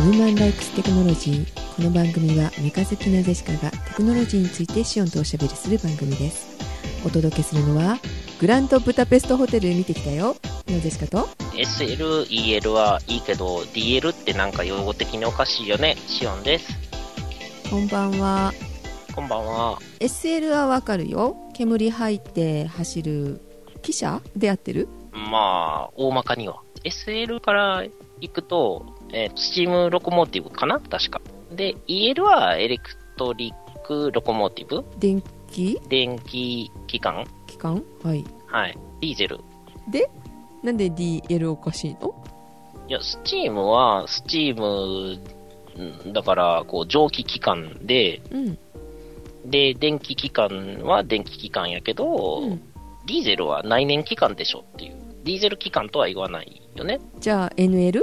ウーマンライクステクノロジーこの番組はメカ好きなゼシカがテクノロジーについてシオンとおしゃべりする番組ですお届けするのはグランドブタペストホテル見てきたよのゼシカと SL、EL はいいけど、DL ってなんか用語的におかしいよね。シオンです。こんばんはこんばんは。 SL はわかるよ煙吐いて走る汽車でやってるまあ、大まかには。SL から行くと、えースチームロコモーティブかな確か。で、EL はエレクトリックロコモーティブ電気電気機関機関はいはい。ディーゼル。なんで DL おかしいのいや、スチームは、スチーム、うんだから、こう、蒸気機関で、うんで、電気機関は電気機関やけど、うんディーゼルは内燃機関でしょっていう。ディーゼル機関とは言わないよね。じゃあ NL?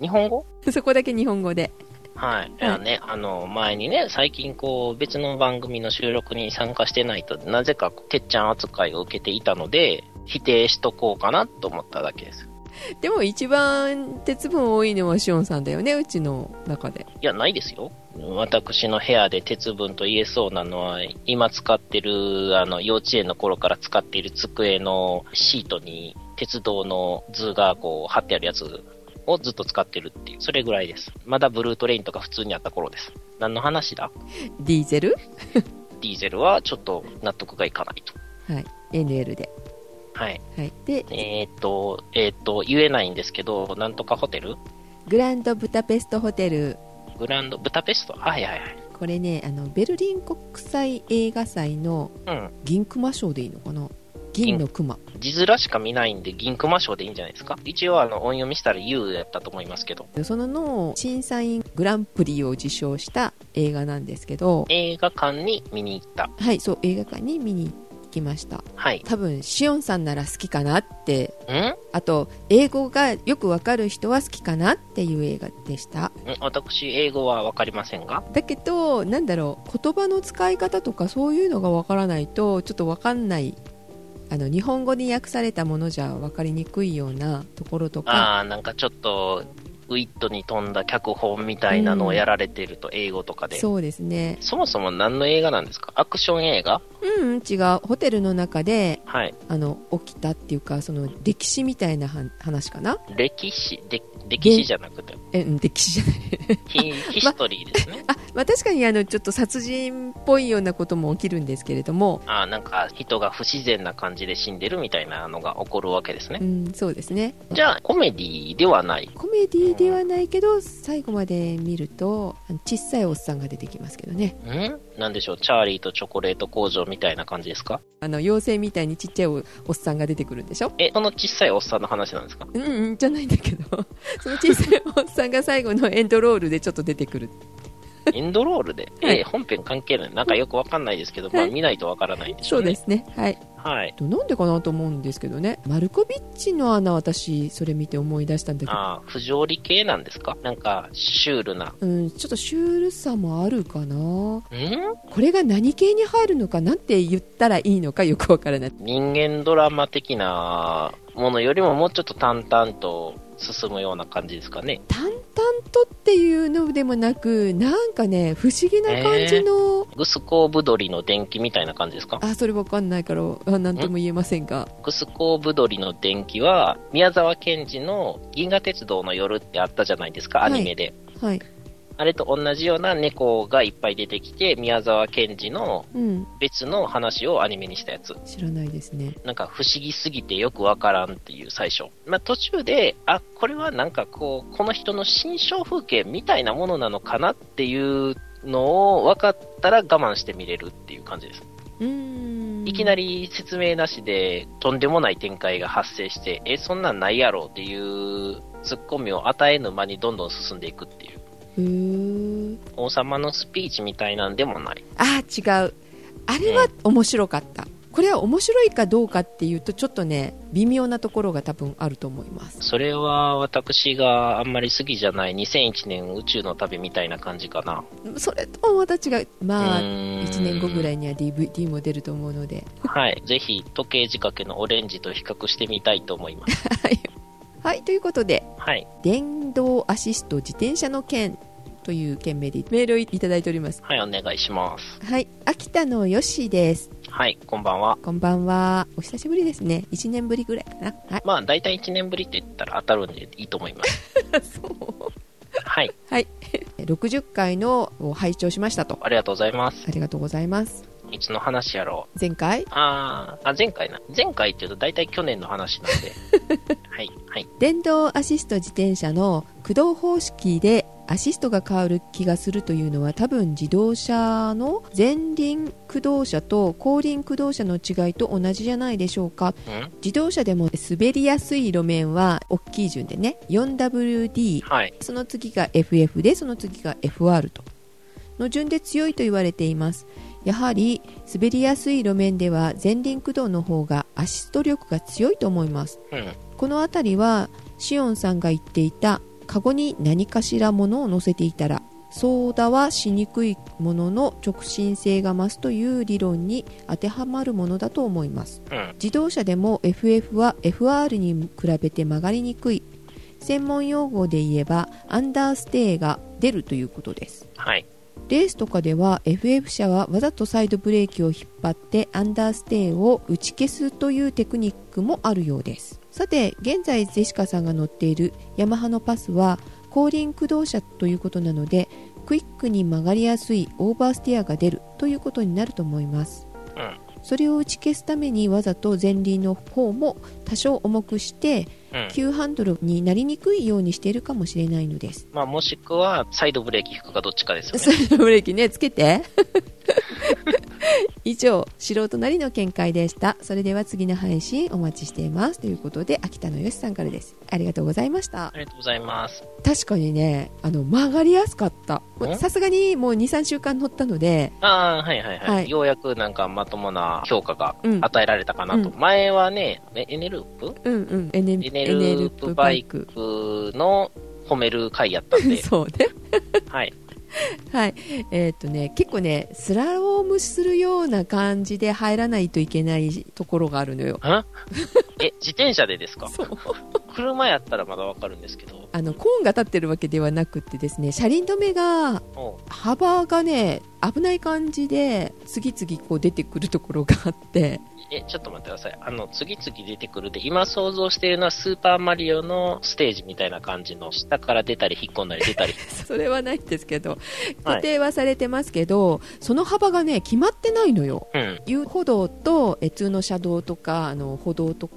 日本語 そこだけ日本語ではい。いやね、あの、前にね、最近こう、別の番組の収録に参加してないと、なぜか、てっちゃん扱いを受けていたので、否定しとこうかなと思っただけです。でも一番鉄分多いのはシオンさんだよねうちの中でいや、ないですよ。私の部屋で鉄分と言えそうなのは、今使ってる、あの、幼稚園の頃から使っている机のシートに、鉄道の図がこう、貼ってあるやつをずっと使ってるっていう、それぐらいです。まだブルートレインとか普通にあった頃です。何の話だディーゼルディーゼルはちょっと納得がいかないと。はい NL ではい。はいでえーっと、えーっと、言えないんですけど、なんとかホテルグランドブタペストホテルグランド、ブタペストはいはいはい。これねあのベルリン国際映画祭のうん。銀熊賞でいいのかな銀の熊字面しか見ないんで、銀熊賞でいいんじゃないですか一応、あの、音読みしたら U やったと思いますけど。そのの審査員グランプリを受賞した映画なんですけど映画館に見に行った。はいそう映画館に見に行きましたはい。多分シオンさんなら好きかなってんんあと英語がよくわかる人は好きかなっていう映画でした私、英語はわかりませんがだけどなんだろう言葉の使い方とかそういうのがわからないとちょっとわかんないあの日本語に訳されたものじゃわかりにくいようなところとかあー、なんかちょっと、ウィットに富んだ脚本みたいなのをやられてると、英語とかで。そうですねそもそも何の映画なんですかアクション映画うんうん違うホテルの中ではい。あの起きたっていうかその歴史みたいなは話かな歴史、で歴史じゃなくて、えうん歴史じゃないヒヒストリーですね。あ、まあ、確かにあのちょっと殺人っぽいようなことも起きるんですけれどもあーなんか人が不自然な感じで死んでるみたいなのが起こるわけですねう。んそうですねじゃあ、コメディではない。コメディではないけど最後まで見るとあの小さいおっさんが出てきますけどねんなんでしょう、チャーリーとチョコレート工場みたいな感じですかあの妖精みたいにちっちゃいおおっさんが出てくるんでしょえ、その小さいおっさんの話なんですかうんうんじゃないんだけど その小さいおっさんが最後のエンドロールでちょっと出てくるエンドロールで、はいえー本編関係ない。なんかよくわかんないですけど、まあはい見ないとわからないんでしそょううね。ですねはいはい。となんでかなと思うんですけどねマルコビッチの穴私それ見て思い出したんだけどああ、不条理系なんですかなんか、シュールな。うん、ちょっとシュールさもあるかなんこれが何系に入るのかなんて言ったらいいのかよくわからない人間ドラマ的なものよりももうちょっと淡々と進むような感じですかね。淡々とっていうのでもなくなんかね不思議な感じの、グスコーブドリの電気みたいな感じですかあそれわかんないからあなんとも言えませんがグスコーブドリの電気は、宮沢賢治の銀河鉄道の夜ってあったじゃないですか、アニメで。はいあれと同じような猫がいっぱい出てきて、宮沢賢治のうん別の話をアニメにしたやつ。知らないですねなんか不思議すぎてよくわからんっていう最初。まあ途中で、あ、これはなんかこう、この人の心象風景みたいなものなのかなっていうのを分かったら我慢して見れるっていう感じです。うーんいきなり説明なしでとんでもない展開が発生して、え、そんなんないやろっていうツッコミを与えぬ間にどんどん進んでいくっていう。へー王様のスピーチみたいなんでもない。あー違うあれは面白かった、これは面白いかどうかっていうとちょっとね微妙なところが多分あると思いますそれは私があんまり好きじゃない2001年宇宙の旅みたいな感じかな。それともまた違うまあ1 1年後ぐ らい。いには DVD も出ると思うのではい。ぜひ時計仕掛けのオレンジと比較してみたいと思います。 はい、ということで、はい。電動アシスト自転車の件という件名でメールをいただいております。はい、お願いします。はい、秋田のよしです。はい、こんばんは。こんばんは。お久しぶりですね。1年ぶりぐらいかな。 はい。まあ、大体1年ぶりって言ったら当たるんでいいと思 います。そう。はい、 60回のを拝聴しましたと。ありがとうございます。ありがとうございます。いつの話やろう。前回、あーあ、前回な。前回って言うと大体去年の話なん で。はい、はい。電動アシスト自転車の駆動方式でアシストが変わる気がするというのは多分自動車の前輪駆動車と後輪駆動車の違いと同じじゃないでしょうかうん自動車でも滑りやすい路面は大きい順でね 4WD はい。その次が FF でその次が FR との順で強いと言われていますやはり滑りやすい路面では前輪駆動の方がアシスト力が強いと思いますうん。この辺りはシオンさんが言っていたカゴに何かしらものを乗せていたら操舵はしにくいものの直進性が増すという理論に当てはまるものだと思いますうん。自動車でも FF は FR に比べて曲がりにくい専門用語で言えばアンダーステイが出るということですはい。レースとかでは FF 車はわざとサイドブレーキを引っ張ってアンダーステイを打ち消すというテクニックもあるようですさて現在ゼシカさんが乗っているヤマハのパスは後輪駆動車ということなのでクイックに曲がりやすいオーバーステアが出るということになると思いますうん。それを打ち消すためにわざと前輪の方も多少重くしてうん。急ハンドルになりにくいようにしているかもしれないのですまあ、もしくは、サイドブレーキ引くかどっちかですよサね。イドブレーキねつけて 以上素人なりの見解でしたそれでは次の配信お待ちしていますということで秋田のよしさんからですありがとうございましたありがとうございます。確かにねあの曲がりやすかったえさすがにもう23週間乗ったのでああ、はいはいはい。はいようやくなんかまともな評価がうん与えられたかなと。う前はね、えエネループうんうんエネエネループバイクの褒める回やった んで、 そうねはい。はいえーっとね結構ねスラロームするような感じで入らないといけないところがあるのよ え、自転車でですかそう車やったらまだわかるんですけど。あのコーンが立ってるわけではなくてですね車輪止めがおう幅がね危ない感じで次々こう出てくるところがあって え、ちょっと待ってください。あの、次々出てくるで、今想像しているのはスーパーマリオのステージみたいな感じの、下から出たり引っ込んだり出たり。それはないんですけどは固い。定はされてますけど、その幅がね決まってないのようん。遊歩道とえ普通の車道とかあの歩道とか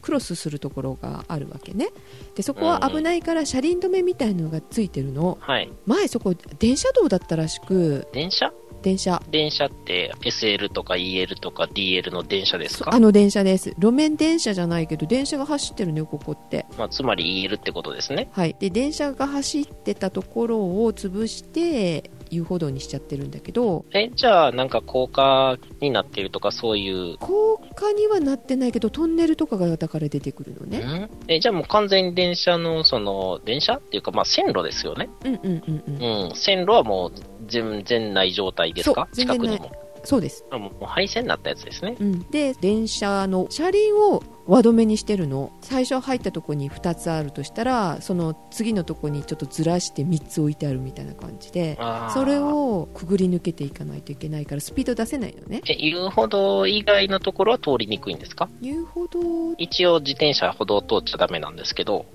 クロスするところがあるわけねでそこは危ないから車輪止めみたいのがついてるのはい。前そこ電車道だったらしく電車電車電車って SL とか EL とか DL の電車ですあかの電車です路面電車じゃないけど電車が走ってるのよここってまあ、つまり EL ってことですね。はいで電車が走ってたところを潰して遊歩道にしちゃってるんだけどえ、じゃあ、なんか高架になっているとか、そういう。高架にはなってないけどトンネルとかがだから出てくるのねんえ、じゃあもう完全に電車の、その、電車っていうか、まあ、線路ですよね。うんうんうんうんうん。線路はもう全、全内状態ですかそう近くに全然も。そうです、あもうもう廃線になったやつですね。うん、で電車の車輪を輪止めにしてるの最初入ったとこに2つあるとしたらその次のとこにちょっとずらして3つ置いてあるみたいな感じであーそれ。をくぐり抜けていかないといけないからスピード出せないのねえ、遊歩道以外のところは通りにくいんですか遊歩道一応自転車歩道通っちゃダメなんですけど、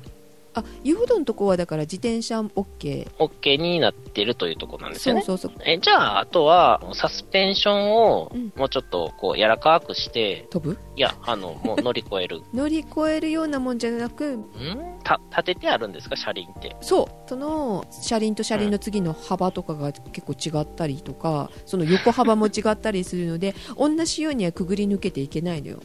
あ遊歩道のとこはだから自転車 OK OK になってるというところなんですよそうね。そうそうえ、じゃあ、あとは、サスペンションをうん、もうちょっと、こう、柔らかくして、飛ぶいや、あの、もう乗り越 える。乗り越えるようなもんじゃなくんた、立ててあるんですか車輪って。そうその車輪と車輪の次の幅とかが結構違ったりとかその横幅も違ったりするので同じようにはくぐり抜けていけないのよ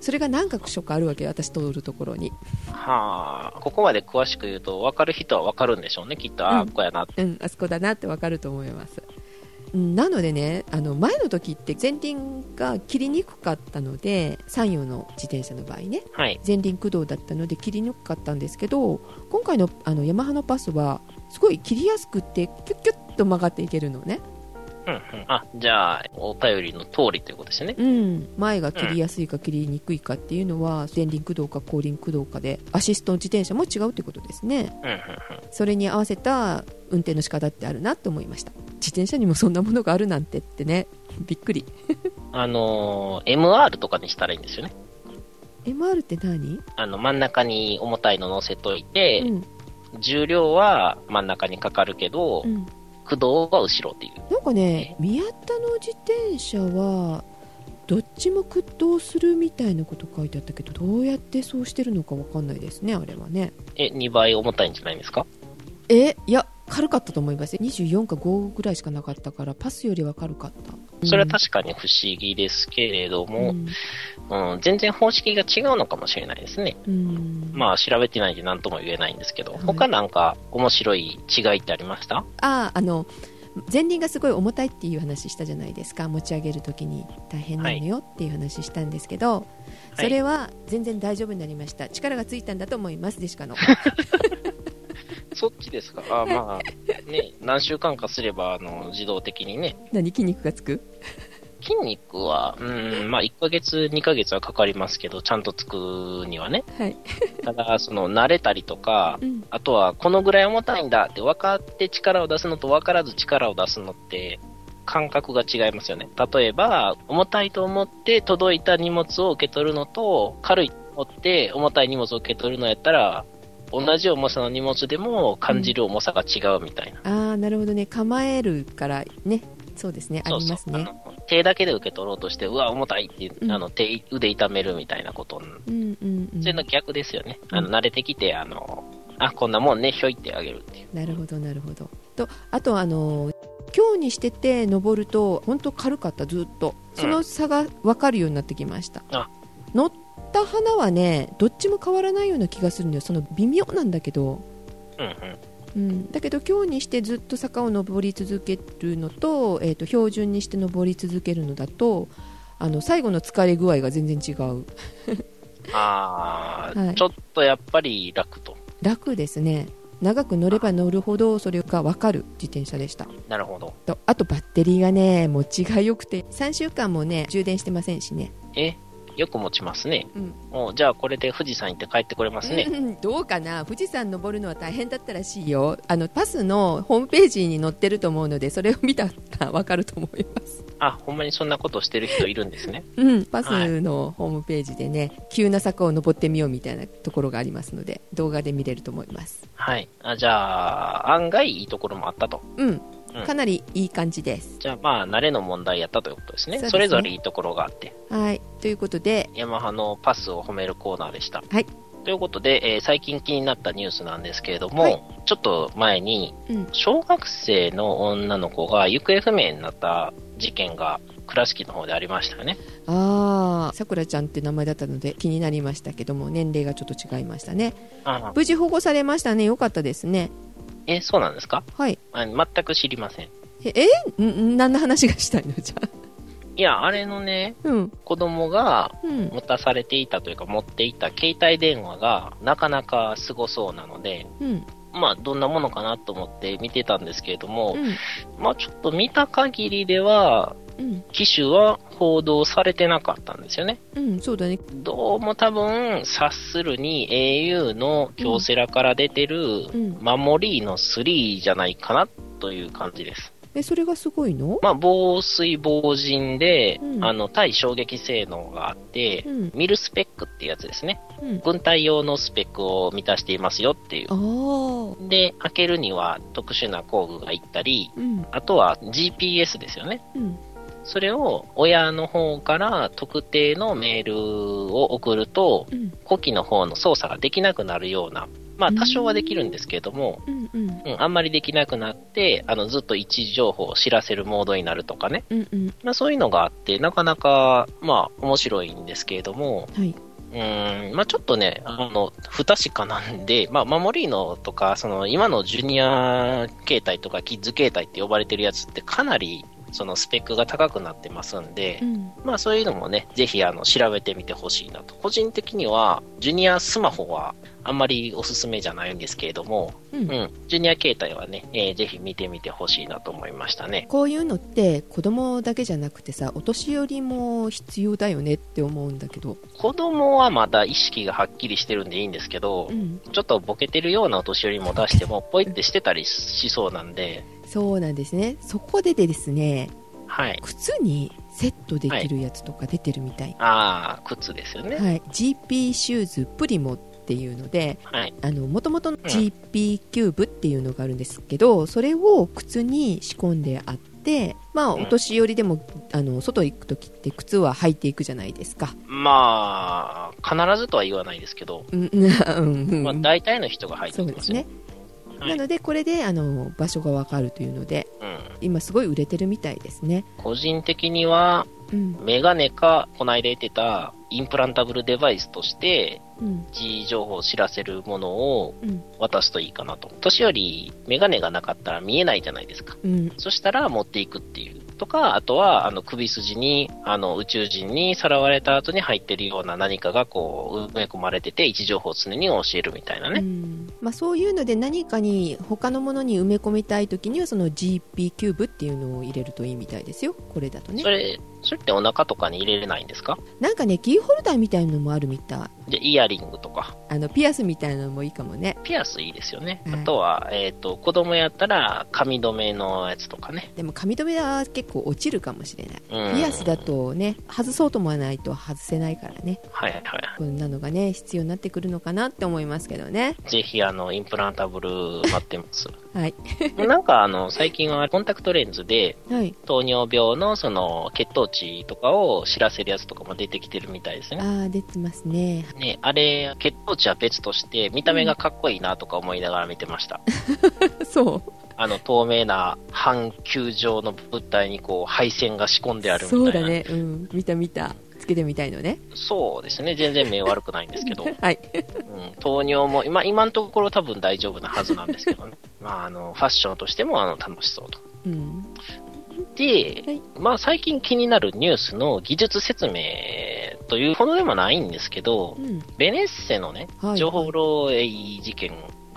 それが何か所かあるわけよ私通るところにはあ、ここまで詳しく言うと、分かる人は分かるんでしょうね、きっと。ああ、うんここやな。うんあそこだなってわかると思いますうんなのでねあの前の時って前輪が切りにくかったので山陽の自転車の場合ねはい。前輪駆動だったので切りにくかったんですけど今回のあのヤマハのパスはすごい切りやすくってキュッキュッと曲がっていけるのねううんうん。あ、じゃあ、お便りの通りということですね。うん、前が切りやすいか切りにくいかっていうのは電輪駆動か後輪駆動かでアシスト自転車も違うってことですねうんうんうん。それに合わせた運転の仕方ってあるなと思いました自転車にもそんなものがあるなんてってねびっくりあのー MR とかにしたらいいんですよね。 MR って何、あの、真ん中に重たいの乗せといて、うん重量は真ん中にかかるけど、うん、駆動は後ろっていう。なんかね宮田の自転車はどっちも駆動するみたいなこと書いてあったけどどうやってそうしてるのかわかんないですねあれはねえ、2倍重たいんじゃないんですかえいや軽かったと思います24か5ぐらいしかなかったからパスよりは軽かったそれは確かに不思議ですけれども、うんうん、全然方式が違うのかもしれないですね。うんまあ、調べてないんで何とも言えないんですけど、はい他なんか面白い違いってありましたああの前輪がすごい重たいっていう話したじゃないですか持ち上げる時に大変なのよっていう話したんですけど、いそれは全然大丈夫になりました力がついたんだと思いますでしか のそっちですかあま あ、ね、何週間かすれば、あの、自動的にね、何 筋肉がつく筋肉は、うん、まあ、1ヶ月、2ヶ月はかかりますけど、ちゃんとつくにはね。はい、ただ、その、慣れたりとかう、ん、あとは、このぐらい重たいんだって分かって力を出すのと分からず力を出すのって、感覚が違いますよね。例えば、重たいと思って届いた荷物を受け取るのと、軽いと思って重たい荷物を受け取るのやったら、同じ重さの荷物でも感じる重さが違うみたいな。ああなるほどね構えるからねそうですねあそうりそうますねあの手だけで受け取ろうとして、うわ、重たいって、うんあの手、腕痛めるみたいなことにうんうんうんそれの逆ですよね。あの、うん慣れてきて、あの、あ、こんなもんね、ひょいってあげるっていう。なるほどなるほどとあとあの今日にしてて登ると本当軽かったずっとその差が分かるようになってきました、あ乗った花はねどっちも変わらないような気がするのよその微妙なんだけど、うんうん。うん、だけど今日にしてずっと坂を登り続けるのと,、えー、と標準にして登り続けるのだとあの最後の疲れ具合が全然違うあー、はいちょっとやっぱり楽と。楽ですね長く乗れば乗るほどそれが分かる自転車でしたなるほど。とあとバッテリーがね持ちが良くて3週間もね充電してませんしねえ、よく持ちますね。うんおじゃあこれで富士山行って帰ってこれますね。うん どうかな富士山登るのは大変だったらしいよあのパスのホームページに載ってると思うのでそれを見たら分かると思います あ、ほんまにそんなことしてる人いるんですね。うんパスのホームページでね、急な坂を登ってみようみたいなところがありますので動画で見れると思いますはい。あじゃあ、案外いいところもあったと。うんうんかなりいい感じです、じゃあ、まあ、慣れの問題やったということですね。そうそですねれぞれいいところがあって。はいということでヤマハのパスを褒めるコーナーでした。はいということで、えー最近気になったニュースなんですけれども、はいちょっと前に、うん小学生の女の子が行方不明になった事件が倉敷の方でありましたよね。ああさくらちゃんって名前だったので気になりましたけども年齢がちょっと違いましたねあ無事保護されましたねよかったですねえ、そうなんですかはいあ全く知りません。ええんん何の話がしたいの じゃあいや、あれのね、うん子供がうん持たされていたというか持っていた携帯電話がなかなかすごそうなので、うんまあ、どんなものかなと思って見てたんですけれども、うんまあ、ちょっと見た限りでは、うん機種は報道されてなかったんですよね。うんそうだねどうも多分、察するに au の京セラから出てる、うんマモリーの3じゃないかなという感じです。えそれがすごいのまあ、防水防塵で、うんあの、対衝撃性能があって、うんミルスペックっていうやつですね。うん軍隊用のスペックを満たしていますよっていうあ。あで、開けるには特殊な工具がいったり、うんあとは GPS ですよね。うんそれを親の方から特定のメールを送ると、うん呼気の方の操作ができなくなるような、まあ多少はできるんですけれども、うんうんうん、あんまりできなくなって、あの、ずっと位置情報を知らせるモードになるとかね。うんうんまあそういうのがあって、なかなか、まあ面白いんですけれども、はい、うーん、まあちょっとね、あの、不確かなんで、まあ、マモリーノとか、その、今のジュニア形態とか、キッズ形態って呼ばれてるやつって、かなりそのスペックが高くなってますんで、うんまあそういうのもね、ぜひあの調べてみてほしいなと。個人的には、ジュニアスマホはあんまりおすすめじゃないんですけれども、ううんん、ジュニア携帯はね、えーぜひ見てみてほしいなと思いましたね。こういうのって子供だけじゃなくてさお年寄りも必要だよねって思うんだけど、子供はまだ意識がはっきりしてるんでいいんですけどう、ん、ちょっとボケてるようなお年寄りも出しても、ポイってしてたりしそうなんで、そうなんですねそこででですねはい。靴にセットできるやつとか出てるみたい、ああ、靴ですよはいね。 GP シューズプリモっていうのではい。あの元々の GP キューブっていうのがあるんですけどそれを靴に仕込んであってまあうんお年寄りでもあの外行く時って靴は履いていくじゃないですかまあ、必ずとは言わないですけど、うんうんうんまあ大体の人が入ってそうきでますすよね。はいなのでこれであの場所がわかるというのでうん。今すごい売れてるみたいですね、個人的には、うんメガネか、こないだ言ってた、インプランタブルデバイスとして、うん位置情報を知らせるものをうん渡すといいかなと。年より、メガネがなかったら見えないじゃないですか。うん、そしたら持っていくっていう。とか、あとは、あの、首筋に、あの、宇宙人にさらわれた後に入ってるような何かが、こう、埋め込まれてて、位置情報を常に教えるみたいなうね。んまあ、そういうので何かに他のものに埋め込みたい時にはその GP キューブっていうのを入れるといいみたいですよこれだとねそれ、それってお腹とかに入れれないんですかなんかねキーホルダーみたいのもあるみたいで、イヤリングとか。あのピアスみたいなのもいいかもねピアスいいですよね。はいあとは、えっ、と、子供やったら、髪留めのやつとかね。でも髪留めは結構落ちるかもしれないうんピアスだ。とね外そうと思わないと外せないからねはいはこんなのがね必要になってくるのかなって思いますけどねい。ぜひ、あの、インプランタブル待ってます。 はいなんか、あの、最近はコンタクトレンズで、はい糖尿病のその血糖値とかを知らせるやつとかも出てきてるみたいですね。ああ出てますねね、あれ、血糖値は別として、見た目がかっこいいなとか思いながら見て ました。そあの、透明な半球状の物体にこう、配線が仕込んであうるみたいそな。うだ。ねうん見た見たつけてみたいのねそうですね。全然目悪くないんですけど。はいうん、糖尿も今、今のところ多分大丈夫なはずなんです けどね。まあ、あの、ファッションとしても、あの、楽しそうと。うんで、はいまあ、最近気になるニュースの技術説明というほどでもないんですけどう、んベネッセのね、はい情報漏洩事件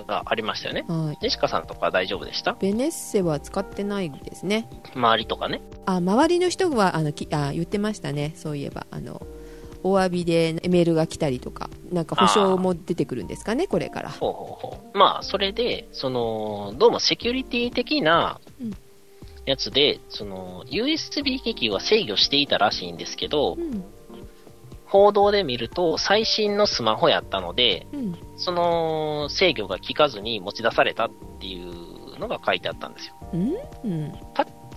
がありましたよね。はいジェシカさんとか大丈夫でしたベネッセは使ってないですね周りとかね。あ周りの人はあのきあ言ってましたねそういえばあのお詫びでメールが来たりとかなんか保証も出てくるんですかねこれからほうほうほう。まあ、それで、その、どうもセキュリティ的なうんやつで、その、USB 機器は制御していたらしいんですけど、うん報道で見ると、最新のスマホやったので、うんその制御が効かずに持ち出されたっていうのが書いてあったんですよ。うん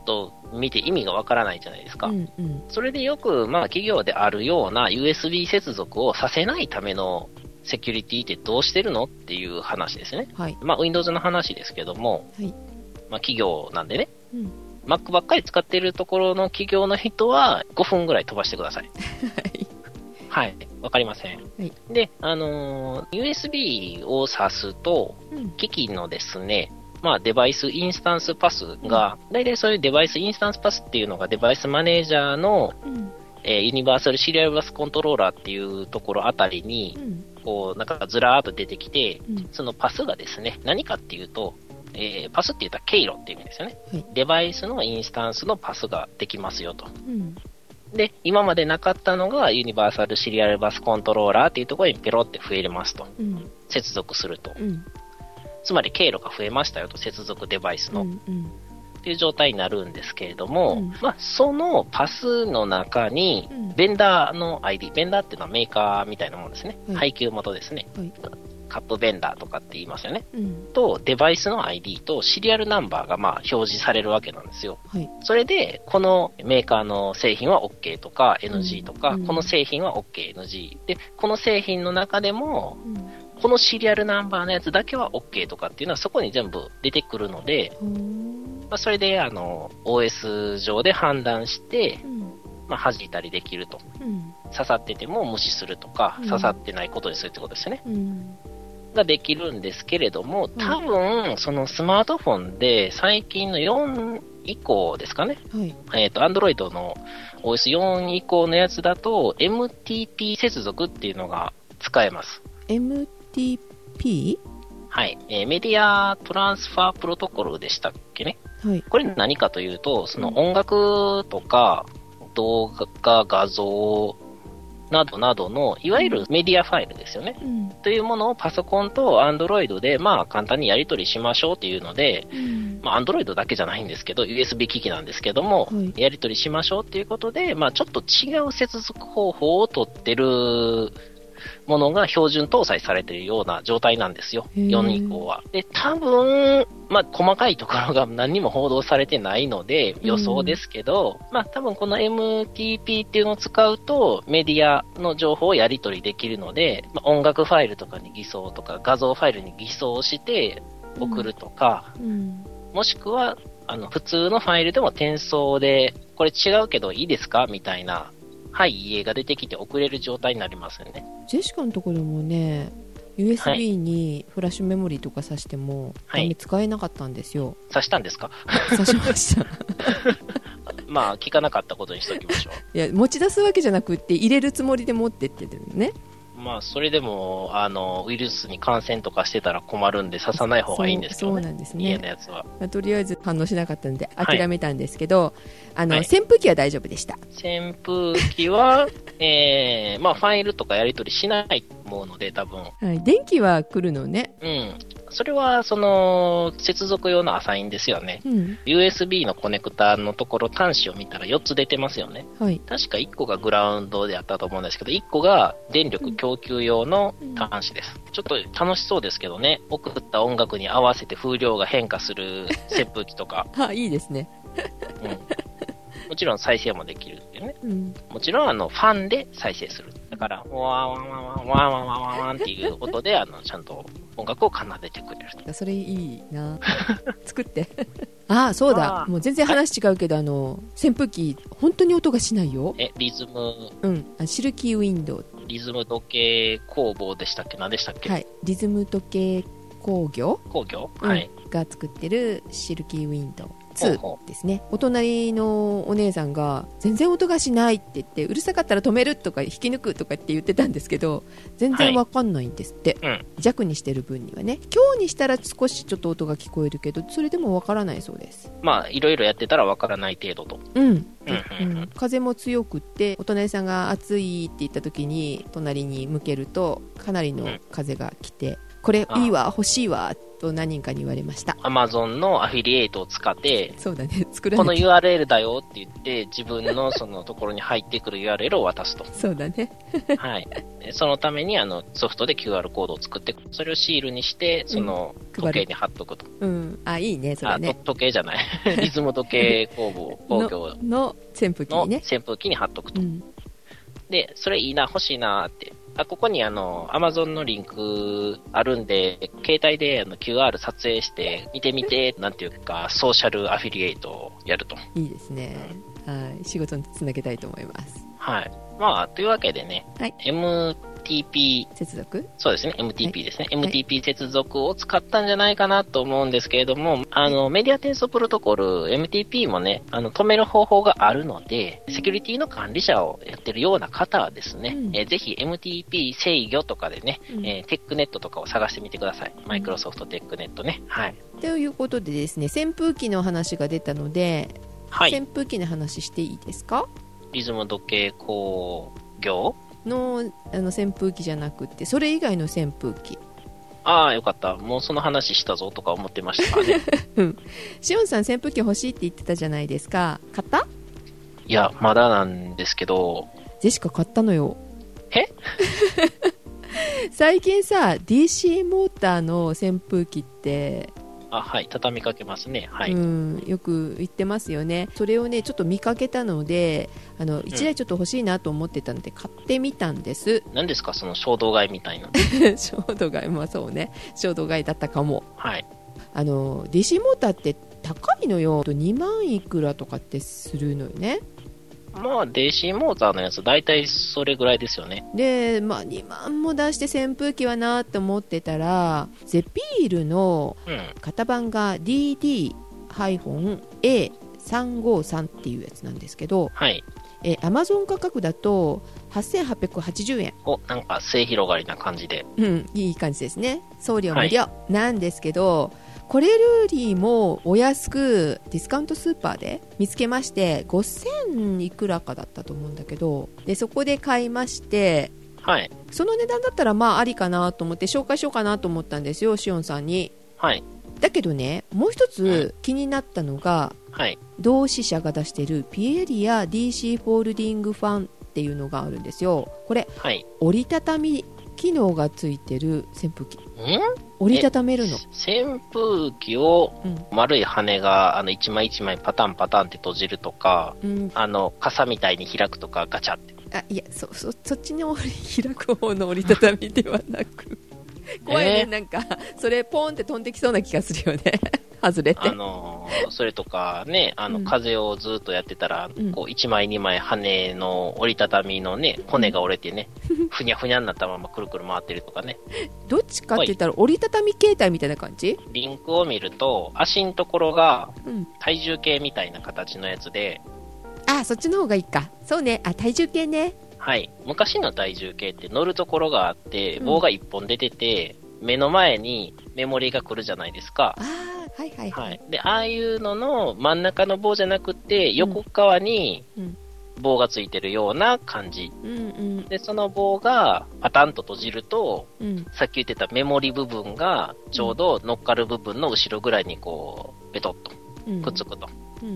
と見て意味がわからないじゃないですか。うんうんそれでよく、まあ、企業であるような USB 接続をさせないためのセキュリティってどうしてるのっていう話ですね。はいまあ、Windows の話ですけども、はいまあ、企業なんでね、うん Mac ばっかり使ってるところの企業の人は5分ぐらい飛ばしてください。はいはい、わかりません。はいで、あのー USB を挿すと、うん機器のですね、まあ、デバイスインスタンスパスが、大体そういうデバイスインスタンスパスっていうのがデバイスマネージャーの、うんえーユニバーサルシリアルバスコントローラーっていうところあたりにう、んこう、なんかずらーっと出てきて、うんそのパスがですね、何かっていうと、えーパスって言ったら経路っていう意味ですよね、はいデバイスのインスタンスのパスができますよと。うんで、今までなかったのがユニバーサルシリアルバスコントローラーっていうところにペロって増えれますと。うん接続すると。うんつまり経路が増えましたよと、接続デバイスうの。んうんっていう状態になるんですけれども、うんまあ、そのパスの中にうん、ベンダーの ID、ベンダーっていうのはメーカーみたいなものですね。はい配給元ですね。はいカップベンダーとかって言いますよね。うんと、デバイスの ID とシリアルナンバーがまあ表示されるわけなんですよ。はいそれで、このメーカーの製品は OK とか NG とか、うんこの製品は OK、NG。で、この製品の中でも、うんこのシリアルナンバーのやつだけは OK とかっていうのはそこに全部出てくるので、ほーまあ、それで、あの、OS 上で判断して、うんまあ、弾いたりできると。うん刺さってても無視するとかう、ん刺さってないことにするってことですよね。うんができるんですけれども、多分、そのスマートフォンで最近の4以降ですかね。はい。えっ、と、Android の OS4 以降のやつだと、MTP 接続っていうのが使えます。 MTP? はい。えーメディアトランスファープロトコルでしたっけね。はい。これ何かというと、その音楽とか動画、画像などなどの、いわゆるメディアファイルですよね。うん。というものをパソコンと Android で、まあ簡単にやり取りしましょうっていうので、うん。まあ Android だけじゃないんですけど、USB 機器なんですけども、はい。やり取りしましょうっていうことで、まあ、ちょっと違う接続方法を取ってるものが標準搭載されているような状態なんですよ、へー4以降は。で、多分、まあ、細かいところが何にも報道されてないので、予想ですけど、まあ、多分この MTP っていうのを使うと、メディアの情報をやり取りできるので、まあ、音楽ファイルとかに偽装とか、画像ファイルに偽装して送るとか、うん。もしくは、あの、普通のファイルでも転送で、これ違うけどいいですかみたいな、はい、家が出てきて送れる状態になりますよね。ジェシカのところもね、は USB にフラッシュメモリーとか挿しても、はいダメ使えなかったんですよ。刺したんですか 挿しました。まあ、聞かなかったことにしときましょ いや、持ち出すわけじゃなくって、入れるつもりで持ってってるのね。う。まあ、それでも、あの、ウイルスに感染とかしてたら困るんで、刺さない方がいいんですけそうどそうね。なんです家ねの。やつは。まあとりあえず反応しなかったのではい諦めたんですけど、あの、はい扇風機は大丈夫でした。扇風機は、 えー、まあ、ファイルとかやり取りしないと思うので、多分。はい、電気は来るのね。うん。それは、その、接続用のアサインですよね。うん。 USB のコネクタのところ端子を見たら4つ出てますよね。はい。確か1個がグラウンドであったと思うんですけど、1個が電力供給用の端子です。ちょっと楽しそうですけどね、送った音楽に合わせて風量が変化する扇風機とか、あ、いいですね。うんもちろん再生もできるっていうね。うん。もちろんあのファンで再生する。だから、ワンワンワンワンワンワンワンワンワンっていう音で、あの、ちゃんと音楽を奏でてくれる。それいい な作って。 あ、そうだあ。ーもう全然話違うけど、あの、扇風機、本当に音がしないよ。え、リズム、うん。あシルキーウィンドウ。リズム時計工房でしたっけ何でしたっけ、はい。リズム時計工業、工業、うんはい。が作ってるシルキーウィンドウほう2。ほですねお隣のお姉さんが全然音がしないって言ってうるさかったら止めるとか引き抜くとかって言ってたんですけど全然わかんないんですって、うん弱にしてる分にはね強にしたら少しちょっと音が聞こえるけどそれでもわからないそうですうまあ、いろいろやってたらわからない程度と。うん、うんうんうん風も強くってお隣さんが暑いって言った時に隣に向けるとかなりの風が来て、これいいわ欲しいわと何人かに言われましたアマゾンのアフィリエイトを使って、そうだ ね作らこのない URL だよって言って、自分 のそのところに入ってくる URL を渡すと。そうだねはい。でそのために、あの、ソフトで QR コードを作って、それをシールにして、その、うん時配る計に貼っとくと。うんあいいねそれあ、ねと時計じゃない。 リズム時計工房、工業の扇風機の にね、扇風機に貼っとくうと。ん、で、それいいな、欲しいなって。あ、ここにあの、アマゾンのリンクあるんで、携帯であの QR 撮影して、見てみて、なんていうか、ソーシャルアフィリエイトをやると。いいですね、はい、仕事につなげたいと思いますはい。まあ、というわけでね、はい MTP、接続そうですね、MTP ですね、い MTP 接続を使ったんじゃないかなと思うんですけれども、あの、メディア転送プロトコル、MTP もね、あの、止める方法があるので、セキュリティの管理者をやってるような方はですね、うんえーぜひ MTP 制御とかでね、うんえーテックネットとかを探してみてください。マイクロソフトテックネットね。はい。ということでですね扇風機の話が出たので、はい。扇風機の話していいですかリズム時計工業のあの扇風機じゃなくてそれ以外の扇風機ああ、よかった。もうその話したぞとか思ってましたからね。 しおんさん扇風機欲しいって言ってたじゃないですか買ったいや、まだなんですけど、ジェシカ買ったのよえ 最近さ DC モーターの扇風機ってあ、はい。畳みかけますね。はい。うん、よく言ってますよね、それをねちょっと見かけたので、あの1台ちょっと欲しいなと思ってたので、買ってみたんです、 何ですかその衝動買いみたいな。衝動買い、まあそうね、衝動買いだったかも、はい。あの DC モーターって高いのよ、2万いくらとかってするのよね、まあ、DC モーターのやつ、大体それぐらいですよね。で、まあ、2万も出して扇風機はなって思ってたら、ゼピールのうん。型番が DD-A3 353っていうやつなんですけど、はい。えー、アマゾン価格だと8880円、お、なんか、末広がりな感じで。うん、いい感じですね送料無料、なんですけどこれよりもお安くディスカウントスーパーで見つけまして5000いくらかだったと思うんだけどでそこで買いましてはい。その値段だったらまあありかなと思って紹介しようかなと思ったんですよしおんさんにはい。だけどねもう一つ気になったのがはい。同志社が出しているピエリア DC フォールディングファンっていうのがあるんですよこれはい。折りたたみ機能がついてる扇風機ん折りたためるの扇風機をうん、丸い羽が、あの、一枚一枚パタンパタンって閉じるとか、うん、あの、傘みたいに開くとか、ガチャって。あいやそそそっちの折り開く方の折りたたみではな く怖いね、えーなんかそれポーンって飛んできそうな気がするよね 外れてあのー、それとかね、あうの、ん風をずっとやってたら、うんこう、一枚二枚羽の折りたたみのね、骨が折れてね、ふにゃふにゃになったままくるくる回ってるとかね。どっちかって言ったら折りたたみ携帯みたいな感じ、リンクを見ると、足のところがうん、体重計みたいな形のやつで、あそっちの方がいいかそうねあ体重計ねはい。昔の体重計って乗るところがあって、うん棒が一本出てて、目の前にメモリが来るじゃないですかあ。ーはいはいはい、はい。で、ああいうのの真ん中の棒じゃなくて、横側にうん棒がついてるような感じ。うんうんで、その棒がパタンと閉じると、うんさっき言ってたメモリ部分がちょうど乗っかる部分の後ろぐらいにこう、ベトっとうんくっつくと。うんうん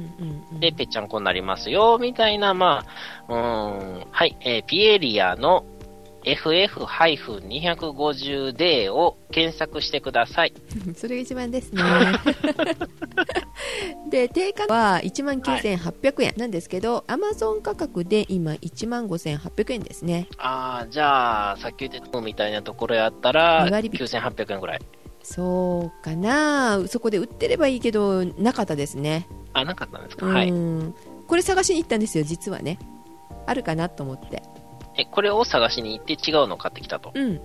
うんで、ぺっちゃんこになりますよ、みたいな、まあ、うーん、はい、えーピエリアの FF-250D を検索してください。 それが一番ですねで定価は1万9800円なんですけど、アマゾン価格で今1万5800円ですねあー、じゃあ、さっき言ってたみたいなところやったら、二割引き9800円ぐらい。そうかなそこで売ってればいいけどなかったですねあ、なかったんですか、うん、はい。これ探しに行ったんですよ実はねあるかなと思ってえ、これを探しに行って違うのを買ってきたと。うん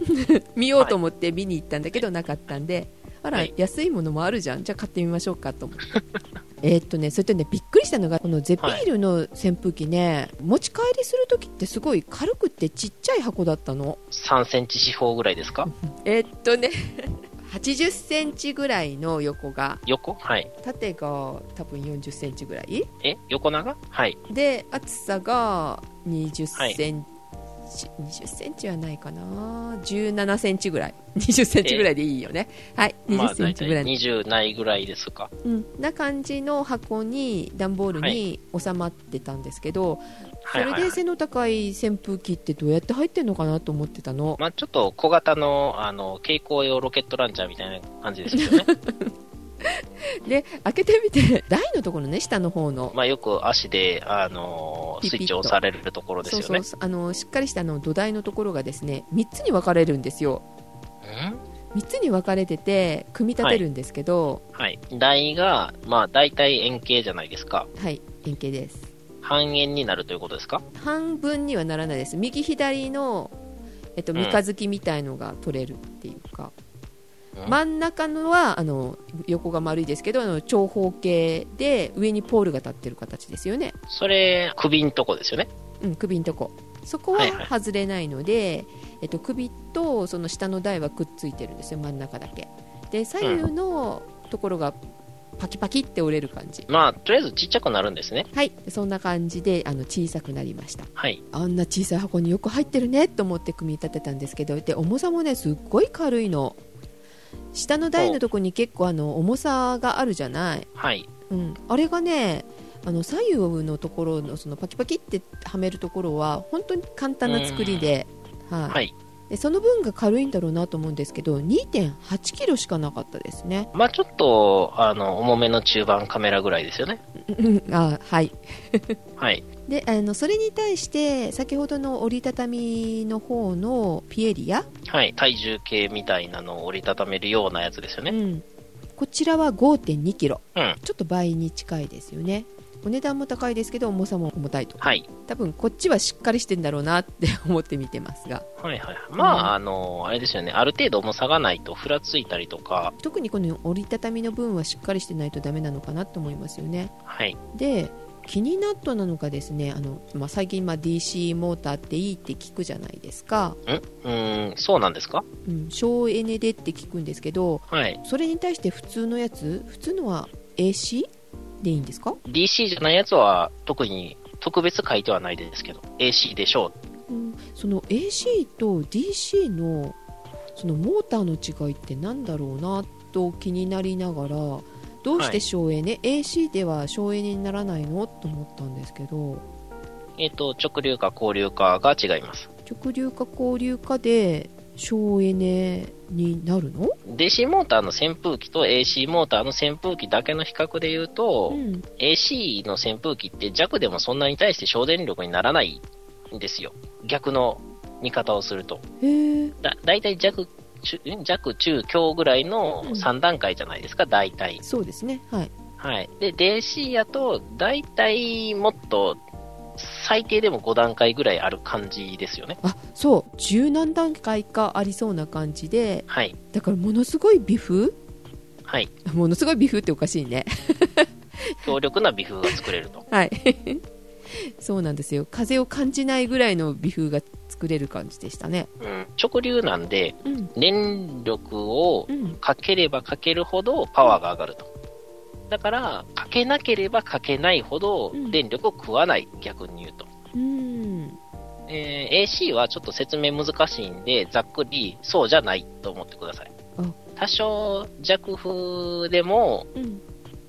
見ようと思って見に行ったんだけどなかったんであら、はい安いものもあるじゃんじゃあ買ってみましょうかと思って えーっとねそれとねびっくりしたのがこのゼピールの扇風機ね、持ち帰りする時ってすごい軽くってちっちゃい箱だったの3センチ四方ぐらいですかえーっと ね80センチぐらいの横が横はい。縦が多分40センチぐらいえ、横長はい。で厚さが20センチ、20センチはないかな17センチぐらい20セン チぐらいでいいよね、はいまあ、 20セだンいチたぐらいい、 20ないぐらいですか。うん、な感じの箱に段ボールはに収まってたんですけど、はいはい、そはれでい。背の高い扇風機ってどうやって入ってんのかなと思ってた の、まあ、ちょっと小型の、あの、蛍光用ロケットランチャーみたいな感じですよ ね。で開けてみて 台のところね下の方の、まあ、よく足で、あのーピスピッとイッチを押されるところですそようね。そうあのしっかりしたあの土台のところがですね3つに分かれるんですよん3つに分かれてて組み立てるんですけど、はい。台が、まあ、大体円形じゃないですか。はい、円形です。半円になるということですか半分にはならないです。右左の、えっと、うん三日月みたいのが取れるっていうか、うん真ん中のはあの横が丸いですけどあの長方形で上にポールが立ってる形ですよね、それ、首んとこですよね。うん、首のとこそこははいはい外れないので、えっと、首とその下の台はくっついてるんですよ真ん中だけで左右のところがパキパキって折れる感じ、まあ、とりあえずちっちゃくなるんですね。はいそんな感じであの小さくなりましたはい。あんな小さい箱によく入ってるねと思って組み立てたんですけどで重さもねすっごい軽いの下の台のとこに結構あの重さがあるじゃない、はい。うん、あれがねあの左右のところのそのパキパキってはめるところは本当に簡単な作りで,、はいはい。でその分が軽いんだろうなと思うんですけど2 8キロしかなかったですね まあ、ちょっと、あの、重めの中盤カメラぐらいですよね。うんあはいはい。であのそれに対して先ほどの折りたたみの方のピエリアはい。体重計みたいなのを折りたためるようなやつですようね。ん、こちらは5 2キロ、うんちょっと倍に近いですよねお値段も高いですけど重さも重たいとはい。多分こっちはしっかりしてんだろうなって思って見てますがはいはい。まあ、あの、あれですよね。ある程度重さがないとふらついたりとか、特にこの折りたたみの分はしっかりしてないとダメなのかなと思いますよねはい。で気になったのがですねあの、まあ、最近まあ DC モーターっていいって聞くじゃないですか、んうーん、そうなんですかうん、省エネでって聞くんですけどはい。それに対して普通のやつ普通のは AC でいいんですか DC じゃないやつは特に特別書いてはないですけど、AC でしょうんその AC と DC のそのモーターの違いってなんだろうなと気になりながらどうしはてい省エネ、AC では省エネにならないのと思ったんですけどう。えっ、と、直流か交流かが違います。直流か交流かで省エネになるの、 DC モーターの扇風機と AC モーターの扇風機だけの比較で言うと、うん、 AC の扇風機って弱でもそんなに対して省電力にならないんですよ。逆の見方をすると。へえだ、だいたい弱、中ん弱、中、強ぐらいのうん3段階じゃないですか、大体。そうですねはいはい。で、DC やと、大体もっと、最低でも5段階ぐらいある感じですよね。あそう十何段階かありそうな感じではい。だからものすごい微風 はい。ものすごい微風っておかしいね強力な微風が作れ ると。はいそうなんですよ風を感じないぐらいの微風が作れる感じでしたねうん。直流なんで、うん電力をうんかければかけるほどパワーが上がると。だから、かけなければかけないほどうん電力を食わない、逆に言うと。うんえー AC はちょっと説明難しいんで、ざっくりそうじゃないと思ってくださいあ。多少弱風でもうん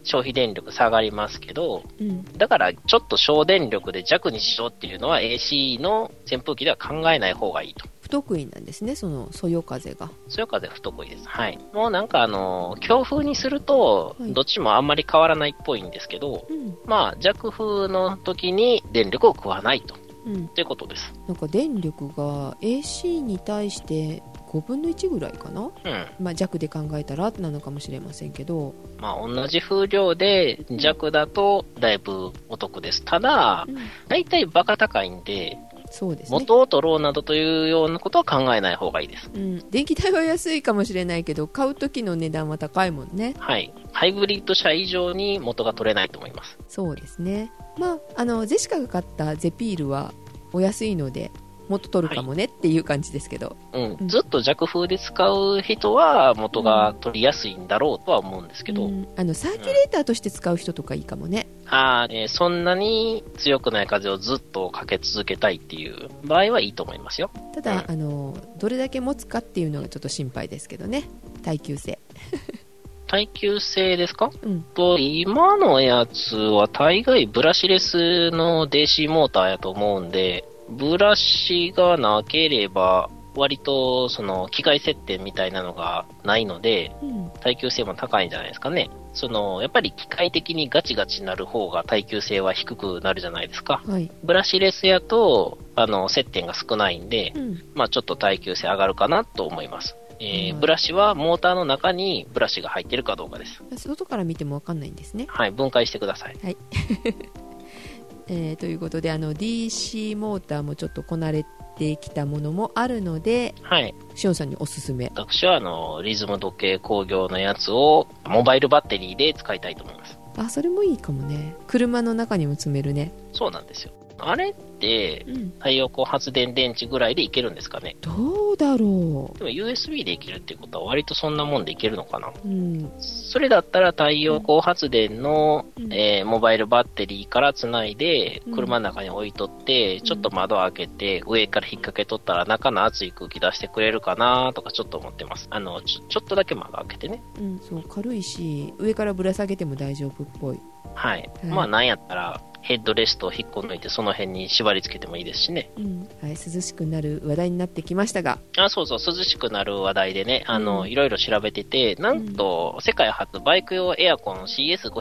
消費電力下がりますけど、うんだからちょっと省電力で弱にしようっていうのは AC の扇風機では考えない方がいいと。不得意なんですねそのそよ風がそよ風不得意です。はい。もうなんかあの、強風にすると、はいどっちもあんまり変わらないっぽいんですけど、うんまあ、弱風の時に電力を食わないと。うんということです。なんか電力が AC に対して5分の1ぐらいかな、うん。まあ、弱で考えたらなのかもしれませんけど、まあ、同じ風量で弱だと、だいぶお得です。ただ、だいたいバカ高いんで、そうですね、元を取ろうなどというようなことは考えない方がいいです。うん、電気代は安いかもしれないけど買う時の値段は高いもんねはい。ハイブリッド車以上に元が取れないと思います。そうですねまああのゼシカが買ったゼピールはお安いのでもっと取るかもねっていう感じですけど、うん。ずっと弱風で使う人は、元が取りやすいんだろうとは思うんですけど、うんあのサーキュレーターとして使う人とかいいかもね、ああ、えーそんなに強くない風をずっとかけ続けたいっていう場合はいいと思いますよ。ただ、うんあのどれだけ持つかっていうのがちょっと心配ですけどね耐久性耐久性ですか、うんと今のやつは大概ブラシレスの DC モーターやと思うんで、ブラシがなければ、割とその機械設定みたいなのがないので、うん耐久性も高いんじゃないですかね。その、やっぱり機械的にガチガチなる方が耐久性は低くなるじゃないですか。はい、ブラシレスやと、あの、接点が少ないんでう、ん、まあちょっと耐久性上がるかなと思います。えうーんブラシはモーターの中にブラシが入ってるかどうかです。外から見ても分かんないんですねはい、分解してください。えーということであの DC モーターもちょっとこなれてきたものもあるのではい。しおんさんにおすすめ私は、あの、リズム時計工業のやつを、モバイルバッテリーで使いたいと思います。あそれもいいかもね車の中にも積めるねそうなんですよ。あれって、うん太陽光発電電池ぐらいでいけるんですかねどうだろでも USB でいけるってことは割とそんなもんでいけるのかなううんそれだったら太陽光発電の、うんえーモバイルバッテリーからつないでうん、車の中に置いとって、んちょっと窓開けて、上から引っ掛けとったら中の熱い空気出してくれるかなとかちょっと思ってます。あの、ちょちょっとだけ窓開けてね。うん、そう軽いし上からぶら下げても大丈夫っぽいはい。うんまあ、なんやったら、ヘッドレストを引っこ抜いて、その辺に縛り付けてもいいですしね。はい、涼しくなる話題になってきましたが、あ、そうそう、涼しくなる話題でね、あうの、んいろいろ調べてて、なんと、世界初バイク用エアコン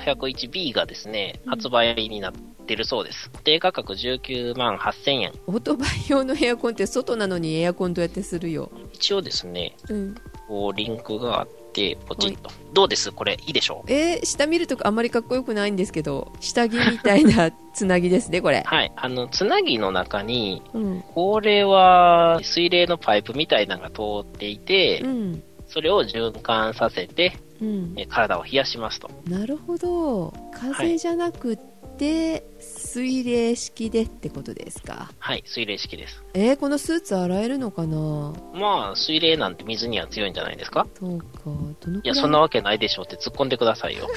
CS501B がですね、うん発売になってるそうです。定価格19万8000円。オートバイ用のエアコンって外なのにエアコンどうやってするよ。一応ですね、うん、こう、リンクがあって、ポチッと。どうですこれ、いいでしょうえー下見るとあんまりかっこよくないんですけど、下着みたいなつなぎですね、これ。はい。あの、つなぎの中に、 うん。これは水冷のパイプみたいなのが通っていてう、ん。それを循環させて、うん。え体を冷やしますと。なるほど。風じゃなくって、水冷式でってことですか。はい、水冷式です。えーこのスーツ洗えるのかなまあ、水冷なんて水には強いんじゃないですかそうか。どのくらいいや、そんなわけないでしょうって突っ込んでくださ いよ。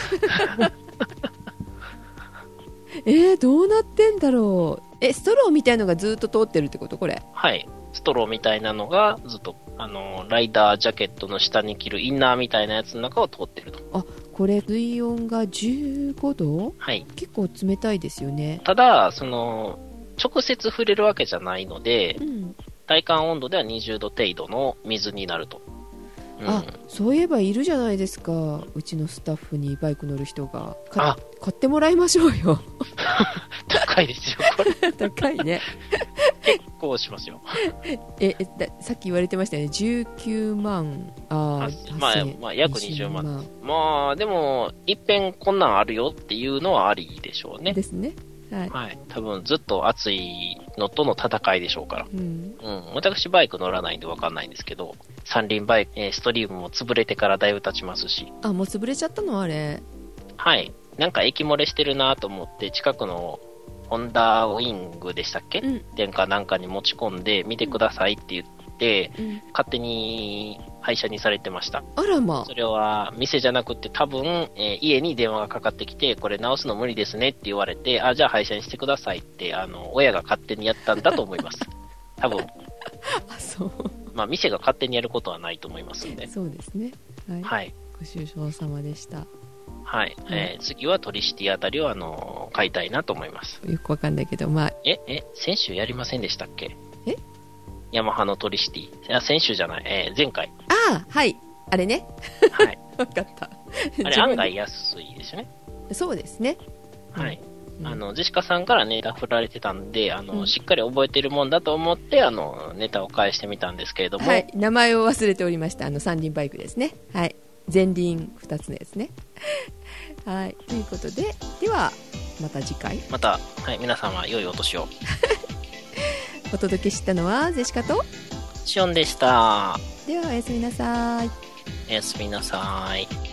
えーどうなってんだろう。え、ストローみたいのがずっと通ってるってことこれ。はい。ストローみたいなのが、ずっと、あの、ライダージャケットの下に着るインナーみたいなやつの中を通ってると。これ、水温が15度はい。結構冷たいですよね。ただ、その、直接触れるわけじゃないのでう、ん。体感温度では20度程度の水になると。うん、あそういえばいるじゃないですかうちのスタッフにバイク乗る人がかあ買ってもらいましょうよ高いですよ。これ 高いねこうしますよ。ええださっき言われてましたよね19万ああまあ8000まあ約20万万まあ、でも、いっぺんこんなんあるよっていうのはありでしょうね。ですねはい、はい。多分、ずっと暑いのとの戦いでしょうから。うん、うん。私、バイク乗らないんでわかんないんですけど、三輪バイク、えーストリームも潰れてからだいぶ経ちますし、あもう潰れちゃったのあれはい。なんか液漏れしてるなと思って、近くのホンダウィングでしたっけ、うん電化なんかに持ち込んで、見てくださいって言って、うん勝手に廃車にされてました。あらまそれは店じゃなくて多分、えー家に電話がかかってきて、これ直すの無理ですねって言われて、あ、じゃあ廃車にしてくださいって、あの、親が勝手にやったんだと思 います。多分、あそうまあ店が勝手にやることはないと思いますんで。そうですねはい、はい。ご愁傷様でしたはい。えー次はトリシティあたりをあの、買いたいなと思います。よくわかんないけどまあえ、え、先週やりませんでしたっけえヤマハのトリシティ。いや、先週じゃない、えー前 回。あーはいあれね はい。わかったあ自れ分で案外安いですよね。そうですねはい。うんあの、ジェシカさんからネタ振られてたんで、あの、うんしっかり覚えてるもんだと思って、あの、ネタを返してみたんですけれども、はい、名前を忘れておりましたあの三輪バイクですねはい前輪2つのやつね はいということでではまた次回また、はい、皆様、良いお年を。お届けしたのはゼシカとシオンでした。ではおやすみなさいおやすみなさい。